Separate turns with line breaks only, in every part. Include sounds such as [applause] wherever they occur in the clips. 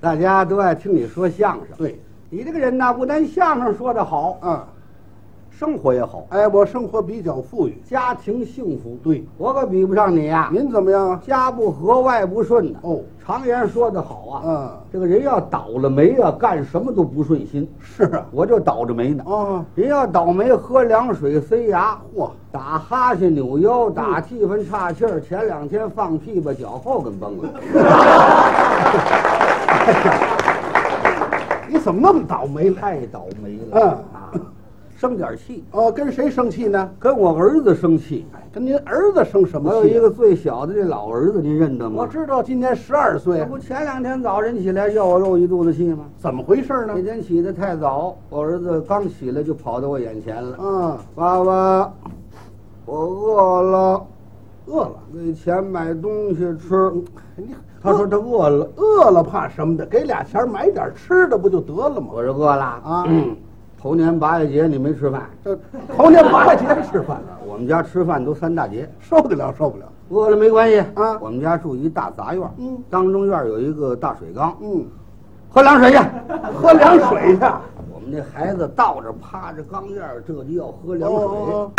大家都爱听你说相声。
对，
你这个人呐，不但相声说得好，
啊，
生活也好，
哎，我生活比较富裕。
家庭幸福。
对，
我可比不上你呀、
您怎么样啊？
家不和，外不顺呐。
哦
常言说得好啊，
嗯
这个人要倒了霉啊，干什么都不顺心。
是啊，
我就倒着霉呢。
哦，
人要倒霉，喝凉水塞牙，
嚯，
打哈欠扭腰，打气氛岔气儿。前两天放屁吧，脚后跟崩 [laughs] 了。
你怎么那么倒霉呢？
太倒霉了。
嗯
啊，生点气，
哦，跟谁生气呢？
跟我儿子生气。
哎，跟您儿子生什么
我有
气啊？
一个最小的这老儿子，您认得吗？
我知道今年十二岁
这
啊，
不前两天早晨起来叫我受一肚子气吗？
怎么回事
那
呢？
天起得太早，我儿子刚起来就跑到我眼前了。
啊，
爸爸，我饿了，
饿了，嗯
给钱买东西吃。
你
他说他饿了，
饿了怕什么的？给俩钱买点吃的不就得了吗？
我说饿了啊。 [clears throat] 头年八月节你没吃饭，
这头年八月节吃饭呢，
我们家吃饭都三大节。
受得了受不了？
饿了没关系
啊
我们家住一大杂院，
嗯，
当中院有一个大水缸，
嗯，
喝凉
[laughs]
水去。
喝凉水去。
我们这孩子倒着趴着缸沿儿，这就要喝凉水。
哦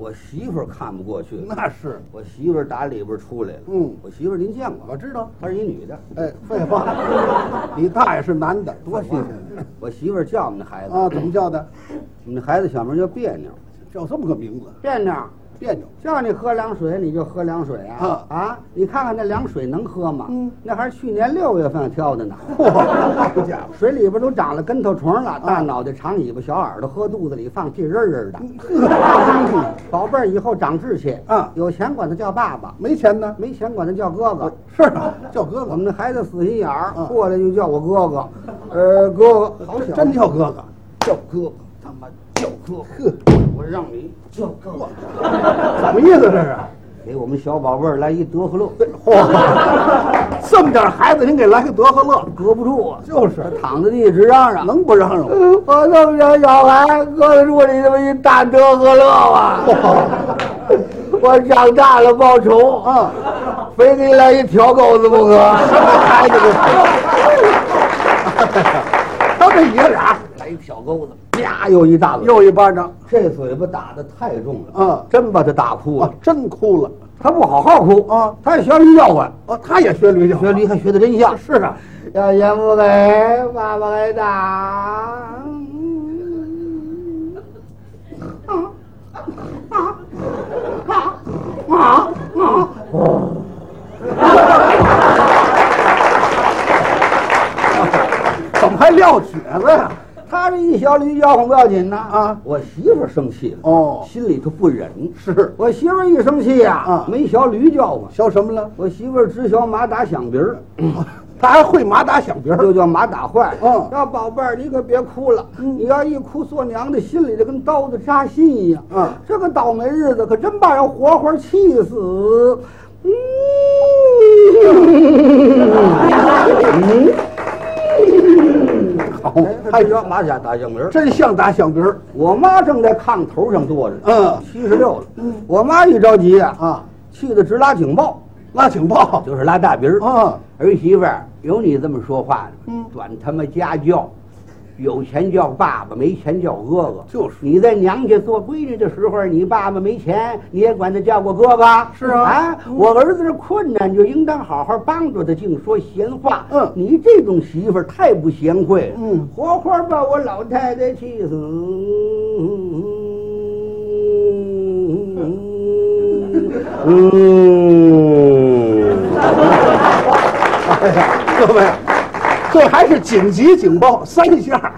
我媳妇儿看不过去，
那是，
我媳妇儿打里边儿出来了。
嗯
我媳妇儿您见过，
我知道。
她是一女的，
哎，废话，你大爷是男的，多新鲜
我媳妇儿叫我们那孩子，
啊！怎么叫的？
我们那孩子小名叫别扭，
叫这么个名字，
别扭。
别扭。
叫你喝凉水，你就喝凉水啊！
啊
你看看那凉水能喝吗？
嗯
那还是去年六月份挑的呢。
嚯， [laughs] 好家伙！啊
水里边都长了跟头虫了，大脑袋、长尾巴、小耳朵，喝肚子里放屁，人人的。 [laughs] 宝贝儿，以后长志气
嗯啊
有钱管他叫爸爸，
没钱呢？
没钱管他叫哥哥。
是啊，叫哥
我
哥，
们的孩子死心眼儿，
啊
过来就叫我哥
[laughs]
哥，呃，哥哥，好小，
真叫哥哥。
叫哥哥，他妈叫哥
呵
哥，我让你叫哥哥，
[laughs] 什么意思这是？
给我们小宝贝儿来一德和乐， [laughs]
嚯，这么点孩子，您给来个德和乐，
搁不住啊，
就是
躺在地直嚷嚷，
能不嚷嚷吗？
我这么小小孩，搁得住你这么一大德和乐 [laughs] 吗？我长大了报仇，
啊，
非得来一条狗子不 [laughs] 可。
孩子这，他们爷俩
来一挑钩子，啪又一大嘴，
又一巴掌，
这嘴巴打的太重了，
嗯
真把他打哭
我
了。
真哭了。
他不好好哭
啊
他也学驴叫唤，
哦，他也学驴叫，
学驴还学的真像。
是啊，
要钱不给，爸爸给打。
怎么还撂蹶子呀？
他这一小驴叫唤不要紧呐
啊
我媳妇儿生气了，
哦
心里头不忍。
是
我媳妇儿一生气呀、
啊
没小驴叫唤，
学什么了？
我媳妇儿只小马打响鼻儿，
他还会马打响鼻儿，
就叫马打坏。
嗯
要宝贝儿，你可别哭了，你要一哭，做娘的心里就跟刀子扎心一样。
嗯
这个倒霉日子可真把人活活气死。嗯，
好哎
还叫哎马甲打响鼻儿。
真像打响鼻儿。
我妈正在炕头上坐着，
嗯
七十六了。我妈一着急啊，
啊，
气得直拉警报，
拉警报
就是拉大鼻儿。
啊！
儿媳妇儿，有你这么说话的，
嗯
管他妈家教，有钱叫爸爸，没钱叫哥哥。
就是
你在娘家做闺女的时候，你爸爸没钱，你也管他叫过哥哥。
是啊
我儿子这困难，你就应当好好帮助他，净说闲话。
嗯
你这种媳妇儿太不贤惠了。
嗯
活活把我老太太气
[laughs]
死。嗯。
哎呀，各位，这还是紧急警报三下，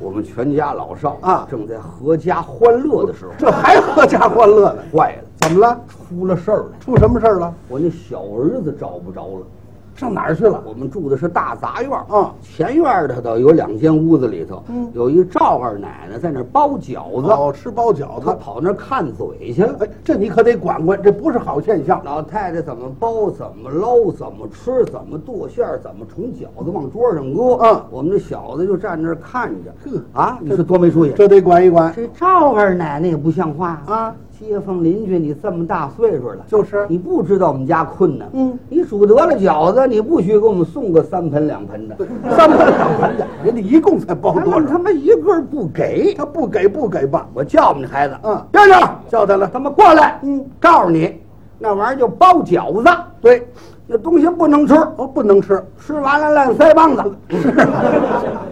我们全家老少
啊
正在阖家欢乐的时候，
这还合家欢乐呢？
坏了，
怎么了？
出了事儿了。
出什么事儿了？
我那小儿子找不着了。
上哪儿去了？
我们住的是大杂院儿
嗯
前院儿的倒有两间屋子里头，有一赵二奶奶在那儿嗯包饺子，
哦，吃包饺
她
子。
跑那儿看嘴去了。
哎，这你可得管管，这不是好现象。
老太太怎么包，怎么捞，怎么吃，怎么剁馅儿，怎么重饺子往桌上搁。
嗯
我们这小子就站那儿看着。
呵
啊，你说多没出息！
这得管一管。
这赵二奶奶也不像话
啊！
叽街坊邻居，你这么大岁数了，
就是
你不知道我们家困难。
嗯，
你数得了饺子，你不许给我们送个三盆两盆的。
三盆两盆的，人家一共才包
他
多
们
少
他？妈一个不给，
他不给不给吧？
我叫我们孩子，
嗯
站着，
叫他了，
他妈过来，
嗯，
告诉你，那玩意儿就包饺子，
对，
那东西不能吃，
我不能吃， [laughs]
吃完了烂腮帮子。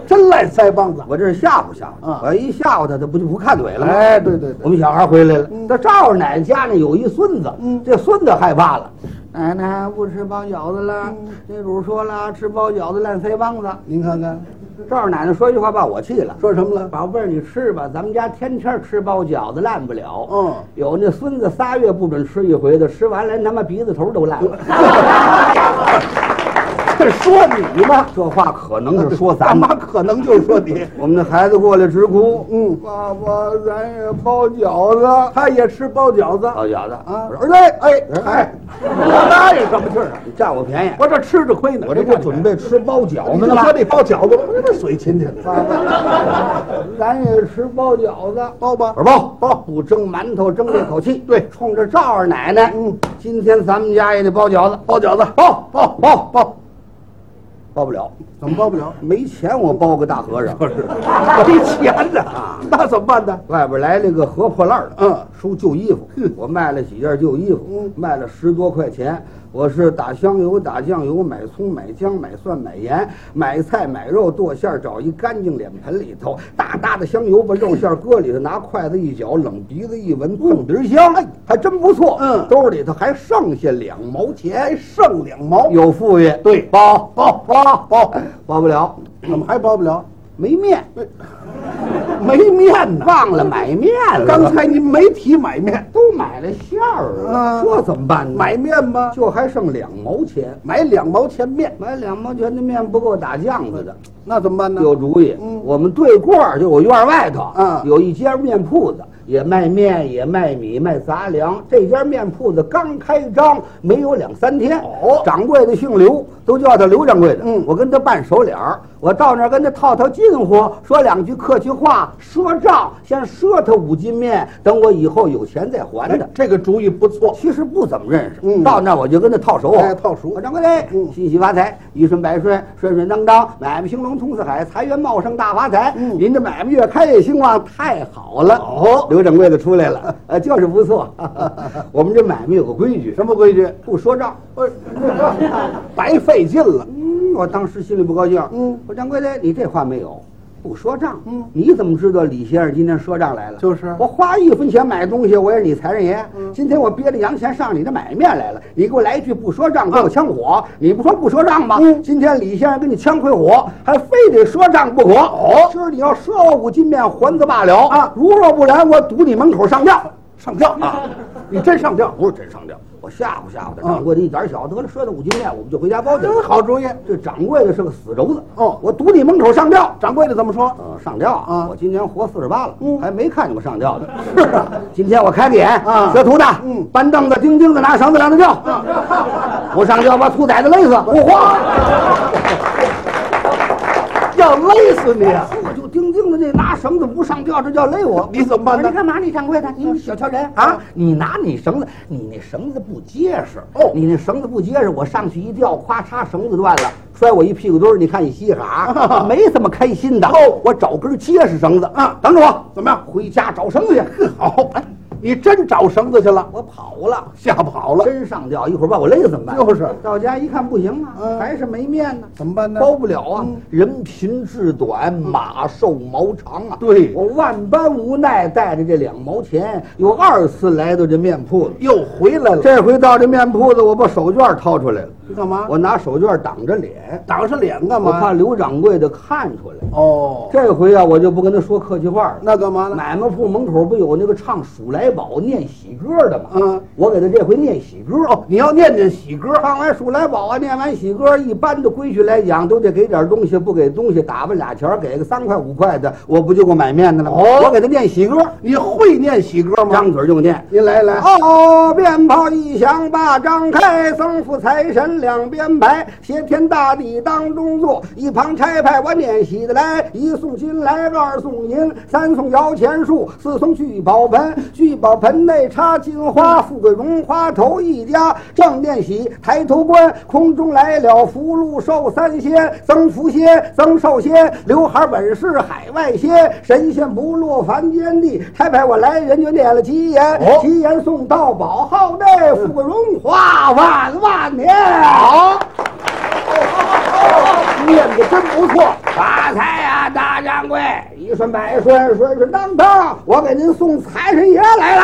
真赖腮帮子。
我这是吓唬吓唬
嗯
他，我要一吓唬他，他不就不看嘴了吗？
哎，对对
我
对，
们小孩回来了，他赵二奶奶家里有一孙子，
嗯
这孙子害怕了。嗯奶奶不吃包饺子了，那主说了，吃包饺子烂腮帮子。
您看看
赵二奶奶说一句话把我气了，
说什么了？
宝贝儿你吃吧，咱们家天天吃包饺子烂不了。
嗯
有那孙子仨月不准吃一回的，吃完连他妈鼻子头都烂了。
[laughs] 这说你呢？
这话可能是说咱
大
们。
妈可能就是说你，
我们的孩子过来直哭，
嗯，爸爸，咱也包饺子，他也吃包饺子
包饺子
啊
我说儿子，哎
哎哎，我答应什么气儿啊？
你占我
[laughs]
便宜，
我这吃着亏呢，
我这不准备吃包饺
你
子
就
了吗
说？你包饺子，我这不是随亲戚了。
咱也吃包饺子，
包吧
我说包包，不蒸馒头争这口气。
对
冲着赵二奶奶，
嗯，
今天咱们家也得包饺子，
包饺子，包包包包，
包不了，
怎么包
[laughs]
不了？
没钱我包个大和尚。
不是，没钱呐，那怎么办呢？
外边来了个河破烂儿的，
嗯，
收旧衣服，我卖了几件旧衣服，
嗯
卖了十多块钱。我是打香油、打酱油、买葱、买姜、买蒜、买盐、买菜、买肉、剁馅儿，找一干净脸盆里头，大大的香油把肉馅儿搁里头，拿筷子一搅，冷鼻子一闻，蹦底儿香，哎，还真不错。
嗯
兜里头还剩下两毛
还
钱，
剩两毛，
有富裕，
对
包
包包包，
包不了，
怎么还包不了？
没面，
嗯没面呢。
忘了买面了。
刚才您没提买面，
都买了馅儿了，
啊
这怎么办呢？
买面吧，
就还剩两毛钱，
买两毛钱面，
买两毛钱的面不够打酱子的。
那怎么办呢？
有主意，
嗯
我们对过儿就我院儿外头，
嗯
有一家面铺子，也卖面，也卖米，卖杂粮。这家面铺子刚开张没有两三天，
哦
掌柜的姓刘，都叫他刘掌柜的。
嗯
我跟他扮熟脸儿，我到那儿跟他套套近乎，说两句客气话，赊账，先赊他五斤面，等我以后有钱再还
哎
他。
这个主意不错，
其实不怎么认识，
嗯
到那儿我就跟他套啊熟，
哎套熟
我说掌柜的，
嗯
喜喜发财，一顺百顺，顺顺当当，买卖兴隆通四海，财源茂盛大发财。
嗯哦
您这买卖越开越兴旺，太好了。
好
刘掌柜的出来
[laughs]
了，呃，就是不错。我们这买卖有个规矩，
什么规矩？
不说账。哎 [laughs]
不是，白费劲了。
嗯，我当时心里不高兴。
嗯
我说掌柜的，你这话没有。不说账，
嗯
你怎么知道李先生今天赊账来了？
就是嗯
我花一分钱买东西，我也是你财神爷。今天我憋着洋钱上你这买面来了，你给我来一句不说账，给我呛火。你不说不说账吗？
啊嗯
今天李先生跟你呛回火，还非得说账不可。哦，今儿你要赊我五斤面，还则罢了
啊
如若不然，我堵你门口上吊。
上吊啊！你真上吊，
不是真上吊，我吓唬吓唬他。
嗯
掌柜的一胆小，得了，赊他五斤面，我们就回家包去了。
真好主意。
这掌柜的是个死轴子。
哦
我堵你门口上吊。
掌柜的怎么说？
呃，上吊
啊
我今年活四十八了，
嗯
还没看见过上吊的。是啊，今天我开个眼
啊
学徒的，
嗯啊
搬凳子、钉钉子，拿绳子让他吊， [laughs] 不上吊把兔崽子勒死，不慌。
要勒死你啊！
哎我就钉钉子这拿绳子不上吊，这叫勒我。
你怎么办呢
我说你干嘛？你掌柜的，你小瞧人啊！你拿你绳子，你那绳子不结实
哦
你那绳子不结实，我上去一吊，咵嚓，绳子断了，摔我一屁股墩儿。你看你稀罕，啊没这么开心的
哦
我找根结实绳子
啊
等着我，
怎么样？
回家找绳子去。
好，哎，你真找绳子去了，
我跑了。
吓跑了，
真上吊，一会儿把我勒死怎么办？
就是
到家一看不行啊，
嗯
还是没面呢，
怎么办呢
包不了啊，
嗯
人贫志短，马瘦毛长啊。
对
我万般无奈，带着这两毛钱，又二次来到这面铺子。
又回来了。
这回到这面铺子，我把手绢掏出来了，
你干嘛？
我拿手绢挡着脸，
挡上脸干
我怕
嘛？
刘掌柜的看出来。
哦，
这回啊，我就不跟他说客气话了。
那干嘛呢？
买卖铺门口不有那个唱《数来宝》念喜歌的吗？
嗯，
我给他这回念喜歌。
哦，你要念念喜歌，
唱完《数来宝》啊，念完喜歌，一般的规矩来讲，都得给点东西，不给东西打发俩钱儿，给个三块五块的，我不就够买面的了吗？
哦
我给他念喜歌，
你会念喜歌吗？
张嘴就念。
您来来，
哦，鞭炮一响把张开，僧父财神两边排，挟天大地当中坐，一旁差派我念喜的来，一送金来，二送银，三送摇钱树，四送聚宝盆，聚宝盆内插金花，富贵荣华头一家。正面喜，抬头观，空中来了福禄寿三仙，增福仙，增寿仙，刘海本是海外仙，神仙不落凡间地。差派我来人就念了吉言
哦，嗯
吉言送到宝号内，富贵荣华万万年。
好，
[laughs]
念的真不错。
发财呀、大掌柜！一顺百顺，顺顺当当，我给您送财神爷来啦！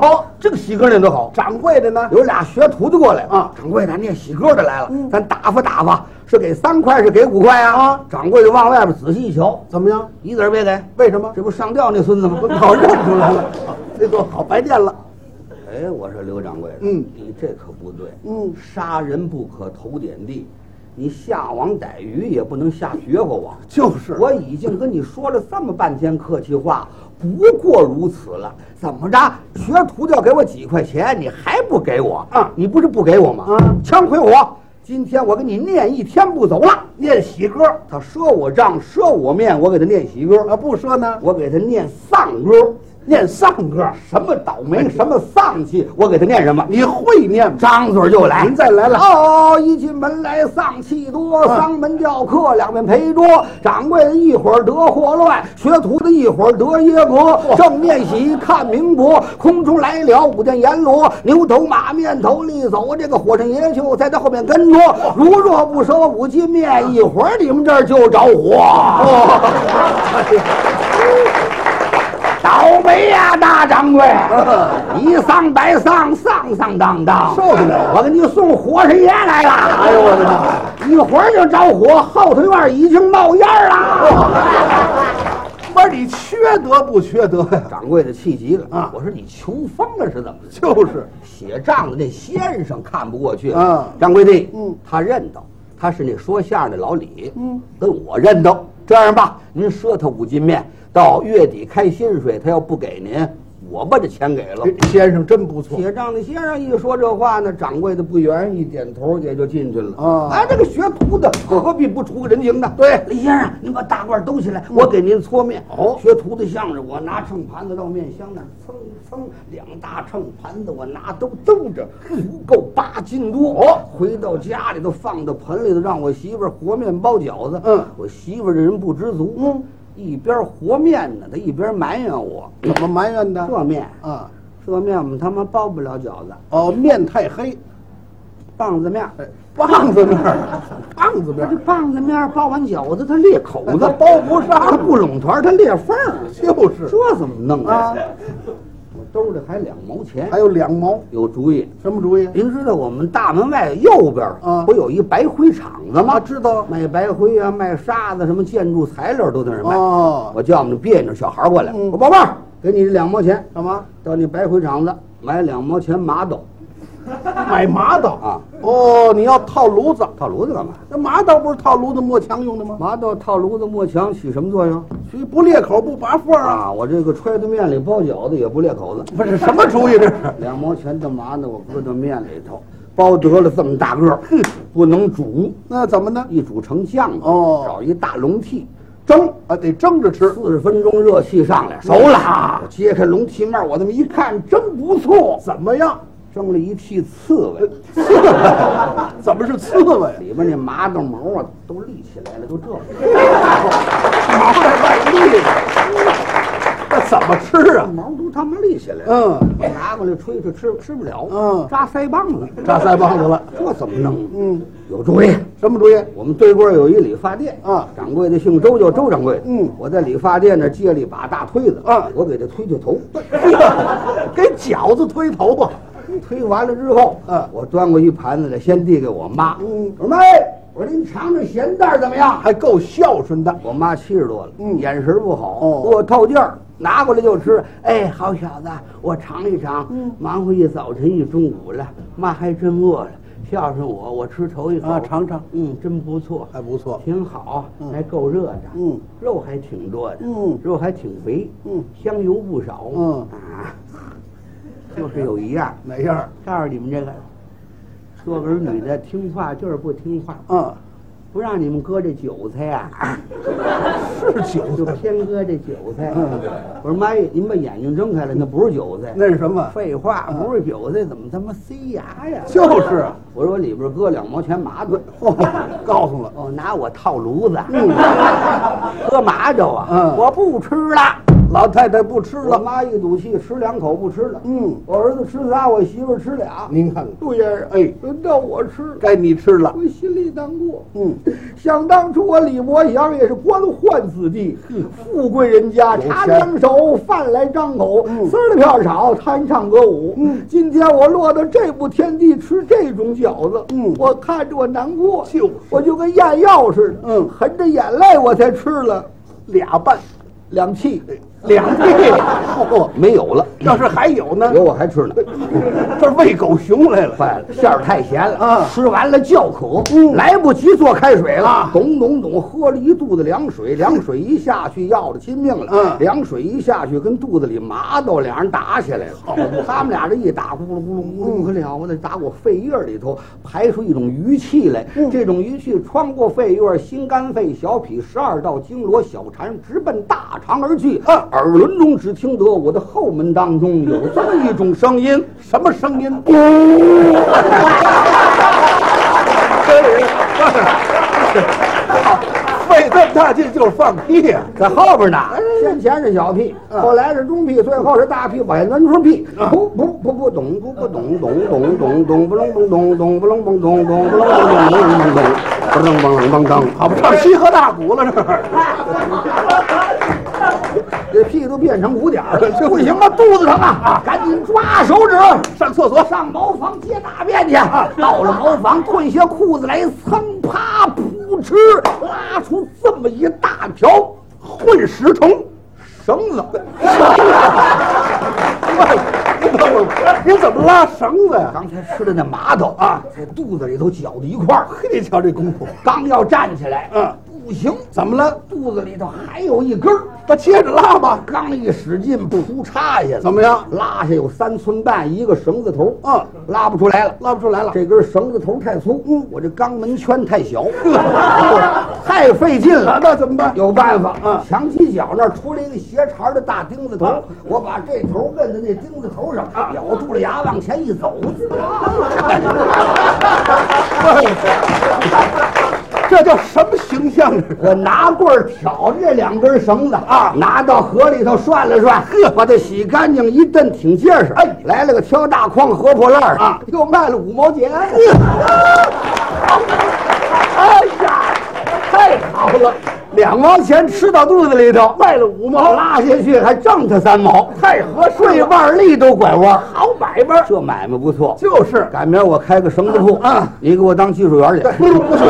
好，这个喜歌念得好。
掌柜的呢？有俩学徒的过来
啊
掌柜的念喜歌的来了，咱打发打发，是给三块是给五块嗯啊？
啊
掌柜的往外边仔细一瞧，
怎么样？
一子儿别给，
为什么？
这不上吊那 [laughs] 孙子吗？
好认出
[laughs]
来了，这个好白念了。
哎，我说刘掌柜的，
嗯
你这可不对，
嗯，
杀人不可头点地，你下网逮鱼也不能下绝活网。
就是啊
我已经跟你说了这么半天客气话，不过如此了。怎么着？学徒要给我几块钱，你还不给我？
啊
你不是不给我吗？
啊
枪回我！今天我给你念一天不走了。
念喜歌
他赊我账，赊我面，我给他念喜歌，
啊，不说呢，
我给他念丧歌。
念丧歌。
什么倒霉，什么丧气，我给他念什么？
你会念吗？
张嘴就来，
您再来了
哦，一进门来丧气多，
嗯
丧门吊客，两面陪桌。掌柜的一会儿得霍乱，学徒的一会儿得耶格。正面喜看明国，空中来了五殿阎罗，牛头马面头里走，这个火神爷就在他后面跟着。如若不舍五斤面，一会儿你们这儿就着火。
[laughs]
倒霉呀、大掌 [laughs] 柜！一丧百丧，丧丧当当，
受不了
我给你送火神爷来了！哎
呦我的妈！
一会儿就着火，后头院已经冒烟儿了。
不是你缺德不缺德呀？
[laughs] 掌柜的气急了
啊
我说你穷疯了是怎么的？
就是
写账的那先生看不过去
啊
掌柜的，
嗯，
他认得，他是那说相声的老李，
嗯，
跟我认得。这样吧，您赊他五斤面，到月底开薪水，他要不给您，我把这钱给了。
这先生真不错。
写账的先生一说这话呢，掌柜的不愿意，点头也就进去了。
啊
哎，这个学徒的何必不出个人情呢？
对
李先生，您把大褂兜起来，我给您搓面。
哦
学徒的向着我拿秤盘子到面箱那儿蹭蹭，两大秤盘子我拿都兜着，足够八斤多。
哦
回到家里头放到盆里头，让我媳妇儿和面包饺子。
嗯
我媳妇儿这人不知足，
嗯，
一边和面呢，她一边埋怨我
怎么埋怨的？
这面。
啊，
这面我们他妈包不了饺子，
哦，面太黑，
棒子面儿。
哎棒子面儿，棒子面
那这
儿，
棒子面儿包完饺子，它裂口子，
它包不上
它不拢团儿，它裂缝儿，
就是。
这怎么弄
啊哎
啊？我兜里还两毛钱，
还有两毛，
有主意。
什么主意？
您知道我们大门外右边儿
啊
不有一白灰厂子吗？
啊知道
卖白灰啊，卖沙子，什么建筑材料都在那儿卖。
哦
我叫我们别扭小孩儿过来，
嗯
我说宝贝儿，给你这两毛钱，
干嘛？
到那白灰厂子买两毛钱麻豆
买麻刀
啊？
哦，你要套炉子，
套炉子干嘛？
那麻刀不是套炉子抹墙用的吗？
麻豆套炉子磨墙起什么作用？
所以不裂口不拔缝儿啊？
啊，我这个揣在面里包饺子也不裂口子，
不是什么主意这是？
两毛钱的麻呢，我搁到面里头，包得了这么大个儿，
嗯
不能煮，
那怎么呢？
一煮成酱了。
哦
找一大笼屉蒸，
啊，得蒸着吃。
四十分钟热气上来，熟了。我揭开笼屉面，我这么一看，真不错，
怎么样？
蒸了一屉刺
呃
猬，
刺猬？怎么是刺猬？
里边那麻豆毛啊都立起来了，都
[laughs]
这样。
毛在外立着，那怎么吃啊？
毛都他妈立起来了，
嗯，
我拿过来吹吹吃吃不了，
嗯
扎腮帮子，
扎腮帮子了。
[laughs] 这怎么弄？
嗯，
有主意。
什么主意？
我们对过有一理发店
啊
掌柜的姓周，叫周掌柜。
嗯
我在理发店那儿借了一把大推子
啊
我给他推推头， [laughs]
给饺子推头啊！
推完了之后，
啊
我端过一盘子来，先递给我妈。
嗯
我说妈，哎我说您尝尝咸淡儿怎么样？
还够孝顺的。
我妈七十多了，
嗯
眼神不好，
哦
饿透劲儿，拿过来就吃。哎，好小子，我尝一尝。
嗯
忙活一早晨一中午了，妈还真饿了，孝顺我，我吃头一口
啊尝尝
嗯，真不错，
还不错
挺好，
嗯
还够热的，
嗯，
肉还挺多的，
嗯
肉还挺肥，
嗯，
香油不少，
嗯
啊，就是有一样，
哪样？
告诉你们这个，做个女的听话就是不听话，
嗯，
不让你们搁这韭菜啊，
是韭
就
菜，嗯
偏搁这韭菜。我说妈呀，您把眼睛睁开了，那不是韭菜，
那是什么？
废话，不是韭菜，怎么他妈塞牙呀？
就是啊，
我说里边搁两毛钱麻子，
哦， [laughs] 告诉了，
哦，拿我套炉子， [laughs] 喝麻椒啊，
嗯
我不吃了。
老太太不吃
我
了。
妈一赌气，吃两口不吃了。
嗯，
我儿子吃仨，我媳妇儿吃俩。
您看看，
杜先生，
哎
轮到我吃了，
该你吃了。
我心里难过。
嗯，
想当初我李伯祥也是官宦子弟，富贵人家，
有钱
茶两手，饭来张口，丝儿的票少，弹唱歌舞。今天我落到这步天地，吃这种饺子，
嗯
我看着我难过，
就是
我就跟咽药似的，
嗯
含着眼泪我才吃了俩半，两屉，
两地，哦，
哎没有了，
要是还有呢？
有我还吃呢。
这喂狗熊来了。
坏了，馅儿太咸了
啊
吃完了叫渴，
嗯
来不及做开水了
啊，
咚咚咚，喝了一肚子凉水，凉水一下去要了亲命了，
嗯
凉水一下去跟肚子里麻豆，俩人打起来了，他们俩这一打，咕噜咕噜咕噜，可了不得，打我肺叶里头排出一种余气来，
嗯
这种余气穿过肺叶，心肝肺小脾十二道经罗小肠，直奔大肠而去，
嗯
耳轮中只听得我的后门当中有这么一种声音。
什么声音？费这么大劲就是放屁呀、
在后边呢，先前是小屁，后来是中屁，最后是大屁，往下抡出屁，不不不不懂不不懂懂懂懂懂不隆咚咚咚不隆咚咚咚不隆咚咚咚咚咚不隆咚咚咚
好
好
不，唱西河大鼓了，
这
这是
屁都变成鼓点儿了，这不行了，肚子疼啊，赶紧抓手指。
上厕所
上茅房接大便去，到了茅房褪下裤子来，噌啪扑哧，拉出这么一大条
混食虫。
绳子。
您等会儿，您怎么拉绳子呀、
刚才吃的那麻豆啊，在肚子里头搅到一块儿， [laughs]
嘿，你瞧这功夫，
刚要站起来，
嗯，
不行，怎么了？肚子里头还有一根儿，
那接着拉吧。
刚一使劲，噗嚓一下子，
怎么样？
拉下有三寸半，一个绳子头，
嗯，
拉不出来了，
拉不出来了
这根绳子头太粗，嗯，我这肛门圈太 [laughs] 小，太费劲了。
啊那怎么办？
有办法，
嗯
墙犄角那儿出来一个斜茬的大钉子头，我把这头摁在那钉子头上，
嗯
咬住了牙往前一走，
[laughs] 这叫什么形象？啊这是
我拿棍儿挑着这两根绳子啊，拿到河里头涮了涮，呵，把它洗干净一蹬，挺结实。哎，来了个挑大筐活破烂儿
啊，
又卖了五毛钱。哎呀，太好了，两毛钱吃到肚子里头，卖了五毛，拉下去还挣他三毛，太合适了，对半力都拐弯，好买卖。这买卖不错，
就是，
赶明儿我开个绳子铺
啊，
你给我当技术员去。
不是不是，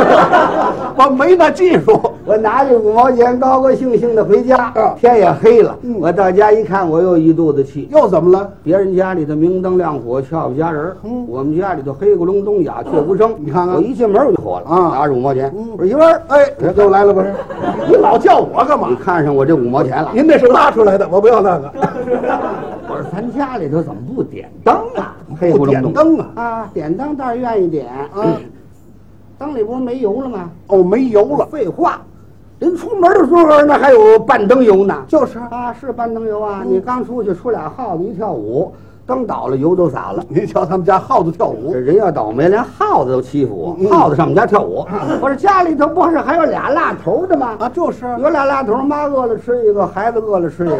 我没那技术。
我拿着五毛钱，高高兴兴的回家。
嗯
天也黑了，我到家一看，我又一肚子气。
又怎么了？
别人家里头明灯亮火，俏不佳人儿我们家里头黑咕隆咚，鸦雀无声。
你看看
我一进门我就火了
啊
拿着五毛钱，我说媳妇儿，
哎，
给我来了不是？
你老叫我干
你
嘛？
看上我这五毛钱了？
您那是拉出来的，我不要那 [laughs] 个。
我说咱家里头怎么不点灯啊？黑咕
不
隆
点
咚
灯啊？
啊，点灯倒是愿意点啊，灯里不是没油了吗？
哦，没油了，
废话，人出门的时候那还有半灯油呢。
就是
啊，是半灯油啊！你刚出去出俩耗子一跳舞，灯倒了，油都洒了。
您瞧他们家耗子
这
跳舞，
人要倒霉，连耗子都欺负我，
嗯
耗子上我们家跳舞。我说家里头不是还有俩蜡头的吗？
啊，就是
有俩蜡头，妈饿了吃一个，孩子饿了吃一个。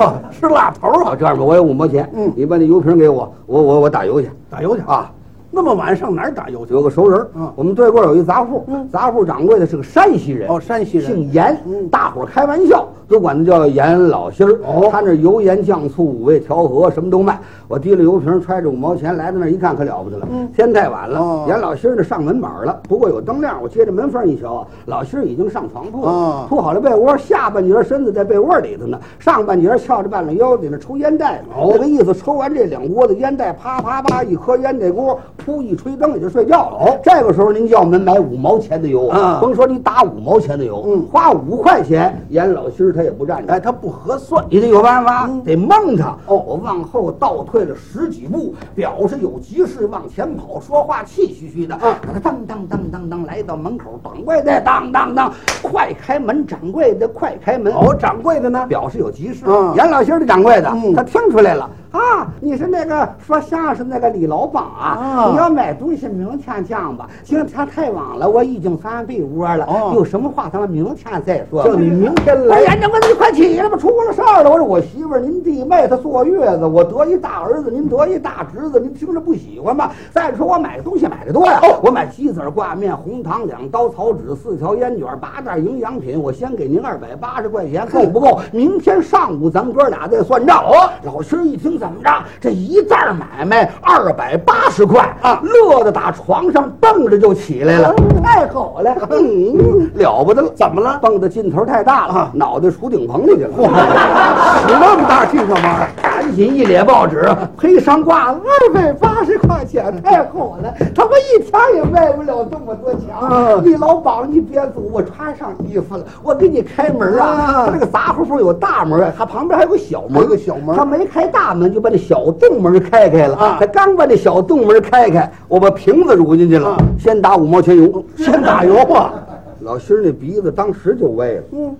哇，是蜡头啊，
好，这样吧，我有五毛钱，
嗯
你把那油瓶给我，我我我打油去。
打油去
啊！
那么晚上哪儿打油去？
有个熟人，
嗯
我们对过有一杂户，杂户掌柜的是个山西人，嗯
哦山西人
姓严，大伙儿开玩笑都管他叫严老心儿。
哦
他那油盐酱醋五味调和什么都卖。我提了油瓶，揣着五毛钱来到那儿一看，可了不得了，天太晚了
哦，
严老心儿呢上门板儿了。不过有灯亮，我接着门缝一瞧啊，老心儿已经上床铺了
哦，
铺好了被窝，下半截身子在被窝里头呢，上半截翘着半拉腰在那抽烟袋呢。
哦
那个意思，抽完这两锅子烟袋，啪啪啪，一颗烟袋锅，噗扑一吹灯也就睡觉了。哦，这个时候您叫我们买五毛钱的油，
啊
甭说你打五毛钱的油，
嗯
花五块钱，严老心儿他也不占着。
哎，它不合算。
你得有办法，得蒙他。
哦
我往后倒退了十几步，表示有急事往前跑，说话气吁吁的。
啊
当当当当当，来到门口，掌柜的，当当当，快开门！掌柜的，快开门！
哦，掌柜的呢？
表示有急事。
嗯
严老心儿的掌柜的，
嗯
他听出来了啊，你是那个说相声那个李老板啊
啊
你要买东西明天讲吧，今天太晚了，我已经翻被窝了。
哦
有什么话咱们明天再说吧。
叫你明天来
哎呀，掌柜的，你快起来吧，出了事儿了。我说我媳妇儿，您弟妹她坐月子，我得一大儿子，您得一大侄子，您听着不喜欢吧？再说我买的东西买的多
哦
呀，我买鸡子儿挂面、红糖两刀、草纸四条烟卷、八袋营养品，我先给您二百八十块钱，够不够？明天上午咱们哥俩再算账。哦，老师一听怎么着，这一袋儿买卖二百八十块
啊
乐得打床上蹦着就起来了，太好
[laughs]
了，嗯，了不得了，
怎么了
蹦的劲头太大了，
啊
脑袋杵顶棚里去
哇，
了。
[laughs] 使那么大劲干嘛呀？
赶紧一咧报纸，赔上挂了二百八十块钱，
嗯
太好了！他们一天也卖不了这么多钱。
嗯
李老板，你别走，我穿上衣服了，我给你开门啊！
啊
他这个杂货铺有大门啊，他旁边还有个小门，
还有个小门
他没开大门，就把那小洞门开开了。
啊
他刚把那小洞门开开，我把瓶子乳进去了，
啊
先打五毛钱油，
先打油啊！
老心儿那鼻子当时就歪了。嗯，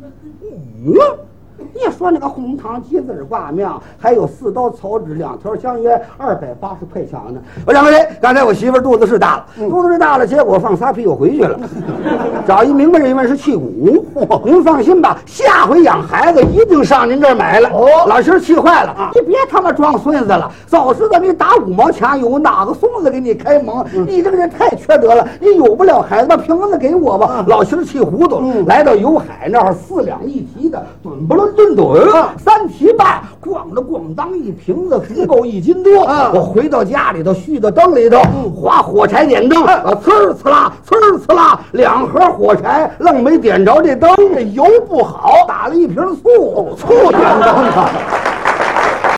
你说那个红糖鸡子儿挂面，还有四刀草纸，两条香烟，二百八十块钱呢。我两个人，刚才我媳妇儿肚子是大了，肚子是大了，结果放仨屁股回去了。找一明白人问是气鼓，您放心吧，下回养孩子一定上您这儿买来。
哦
老心儿气坏了，你别他妈装孙子了，早知道你打五毛钱油，哪个孙子给你开蒙？你这个人太缺德了，你有不了孩子吧，凭子给我吧。老心儿气糊涂了，来到油海那儿，四两一提的，吨不伦吨吨，三提半，咣的咣当一瓶子，足够一斤多。
啊
我回到家里头，续到灯里头，划火柴点灯，啊，呲儿呲啦，呲儿呲啦，两盒火柴愣没点着这灯，这油不好，打了一瓶醋，醋点灯啊。